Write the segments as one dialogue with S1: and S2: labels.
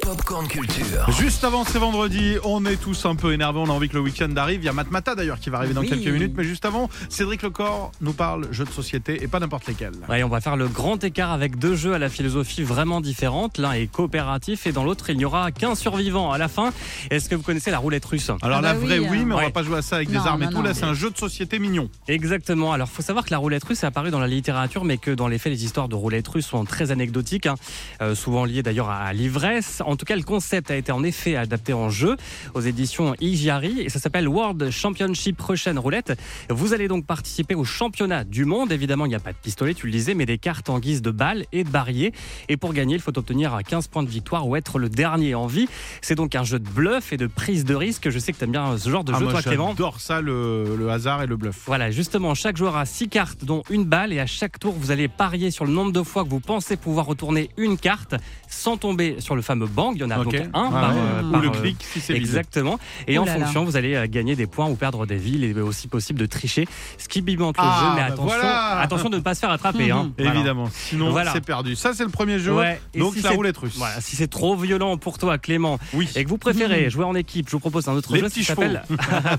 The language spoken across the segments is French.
S1: Popcorn Culture.
S2: Juste avant c'est vendredi, on est tous un peu énervés, on a envie que le week-end arrive. Il y a Matmata d'ailleurs qui va arriver dans
S3: Oui.
S2: quelques minutes, mais juste avant, Cédric Lecor nous parle jeux de société et pas n'importe lesquels.
S3: Ouais, on va faire le grand écart avec deux jeux à la philosophie vraiment différente. L'un est coopératif et dans l'autre, il n'y aura qu'un survivant à la fin. Est-ce que vous connaissez la roulette russe
S2: Alors
S4: Ah
S2: la
S4: bah
S2: vraie oui,
S4: oui, hein.
S2: mais on va
S3: Ouais.
S2: pas jouer à ça avec
S4: Non,
S2: des armes et
S4: non,
S2: tout.
S4: non.
S2: Là c'est un jeu de société mignon.
S3: Exactement. Alors, faut savoir que la roulette russe est apparue dans la littérature, mais que dans les faits, les histoires de roulette russe sont très anecdotiques, hein. Euh, souvent liées d'ailleurs à l'ivresse. En tout cas, le concept a été en effet adapté en jeu aux éditions Igiari et ça s'appelle World Championship Prochaine Roulette. Vous allez donc participer au championnat du monde. Évidemment, il n'y a pas de pistolet, tu le disais, mais des cartes en guise de balles et de barillet. Et pour gagner, il faut obtenir 15 points de victoire ou être le dernier en vie. C'est donc un jeu de bluff et de prise de risque. Je sais que tu aimes bien ce genre de
S2: Ah,
S3: jeu,
S2: moi,
S3: toi, Clément.
S2: J'adore ça, le, le hasard et le bluff.
S3: Voilà, justement, chaque joueur a 6 cartes, dont une balle, et à chaque tour, vous allez parier sur le nombre de fois que vous pensez pouvoir retourner une carte sans tomber sur le fameux bang. Il y en a
S2: Ok.
S3: donc un
S2: Ah,
S3: par,
S2: ouais.
S3: euh,
S2: Ou
S3: par,
S2: le
S3: euh,
S2: clic si c'est visé.
S3: Exactement. Et
S4: Ouh
S3: en
S4: Oh là
S3: fonction, vous allez euh, gagner des points ou perdre des villes et aussi possible de tricher, ce qui bimente le
S2: Ah,
S3: jeu. Mais
S2: bah
S3: attention,
S2: voilà.
S3: attention de ne pas se faire attraper. hein. Voilà.
S2: Évidemment, sinon
S3: Voilà.
S2: c'est perdu. Ça c'est le premier jeu,
S3: Ouais, et
S2: donc
S3: si
S2: la
S3: c'est-
S2: roulette russe.
S3: Voilà, si c'est trop violent pour toi, Clément,
S2: Oui.
S3: et que vous préférez jouer en équipe, je vous propose un autre
S2: Hmm. Les
S3: jeu
S2: petits
S3: qui s'appelle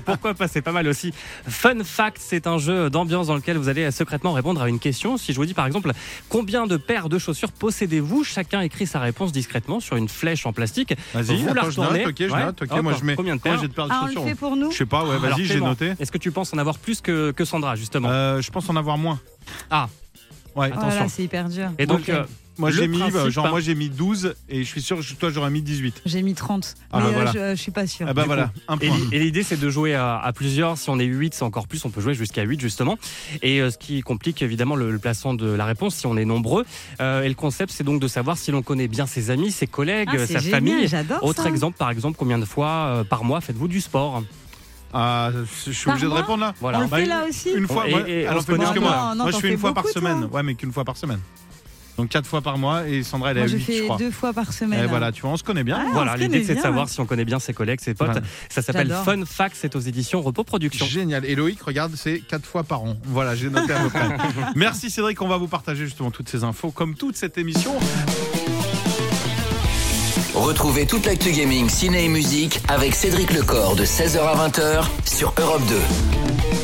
S3: Pourquoi pas, c'est pas mal aussi. Fun Fact, c'est un jeu d'ambiance dans lequel vous allez secrètement répondre à une question. Si je vous dis par exemple combien de paires de chaussures possédez-vous, chacun écrit sa réponse discrètement sur une flèche en plastique.
S2: Vas-y,
S3: Vous la
S2: attends, je note,
S3: retournez.
S2: ok, je
S3: Ouais.
S2: note, ok,
S3: Hop,
S2: moi je mets.
S3: combien de
S2: Moi,
S3: paires
S2: j'ai de paires de
S4: Ah, on le
S2: chaussures. hein.
S4: fait pour nous
S2: Je sais pas, ouais,
S3: Alors,
S2: vas-y, j'ai
S3: Clément,
S2: noté.
S3: Est-ce que tu penses en avoir plus que, que Sandra justement
S2: Euh, je pense en avoir moins.
S3: Ah.
S2: Ouais.
S4: Oh là là, c'est hyper dur.
S3: Et donc
S2: ok.
S3: euh,
S2: Moi
S3: Le
S2: j'ai mis,
S3: principe,
S2: bah, genre
S3: hein.
S2: moi j'ai mis 12 et je suis sûr que toi j'aurais mis 18.
S4: J'ai mis 30.
S2: Ah
S4: mais
S2: bah
S4: euh,
S2: voilà.
S4: je, je suis pas sûre.
S2: Ah bah
S3: Du
S2: voilà, un
S3: Et
S2: point.
S3: l'i- et l'idée, c'est de jouer à, à plusieurs. Si on est 8, c'est encore plus. On peut jouer jusqu'à 8, justement. Et euh, ce qui complique évidemment le, le placement de la réponse si on est nombreux. Euh, et le concept, c'est donc de savoir si l'on connaît bien ses amis, ses collègues,
S4: Ah,
S3: euh,
S4: c'est
S3: sa
S4: génial,
S3: famille.
S4: J'adore
S3: Autre
S4: ça.
S3: exemple, par exemple, combien de fois euh, par mois faites-vous du sport
S2: Ah, je suis
S4: Par
S2: obligé de
S4: mois
S2: répondre là.
S3: Voilà.
S4: On le
S2: Bah,
S4: fait là aussi
S2: Une fois,
S3: Et-
S2: ouais.
S3: et on
S2: alors
S3: se
S2: fais plus
S3: connaît
S2: que
S3: un
S2: moi.
S4: peu. Non,
S2: moi je
S4: t'en
S2: fais une
S4: fais
S2: fois par
S4: beaucoup, toi.
S2: semaine. Ouais, mais qu'une fois par semaine. Donc 4 fois par mois et Sandra elle est à
S4: Moi, je
S2: 8 je
S4: fais
S2: crois.
S4: deux fois par semaine.
S2: Et voilà, tu vois, on se connaît bien.
S4: Ah, on
S3: Voilà,
S4: se
S3: l'idée,
S4: connaît
S3: c'est de
S4: bien,
S3: savoir
S4: ouais.
S3: si on connaît bien ses collègues, ses potes.
S2: Voilà.
S3: Ça s'appelle
S4: J'adore.
S3: Fun Facts. C'est aux éditions Repos Productions.
S2: Génial. Et Loïc, regarde, c'est 4 fois par an. Voilà, j'ai noté à peu près. Merci Cédric, on va vous partager justement toutes ces infos, comme toute cette émission.
S1: Retrouvez toute l'actu gaming, ciné et musique avec Cédric Lecor de 16h à 20h sur Europe 2.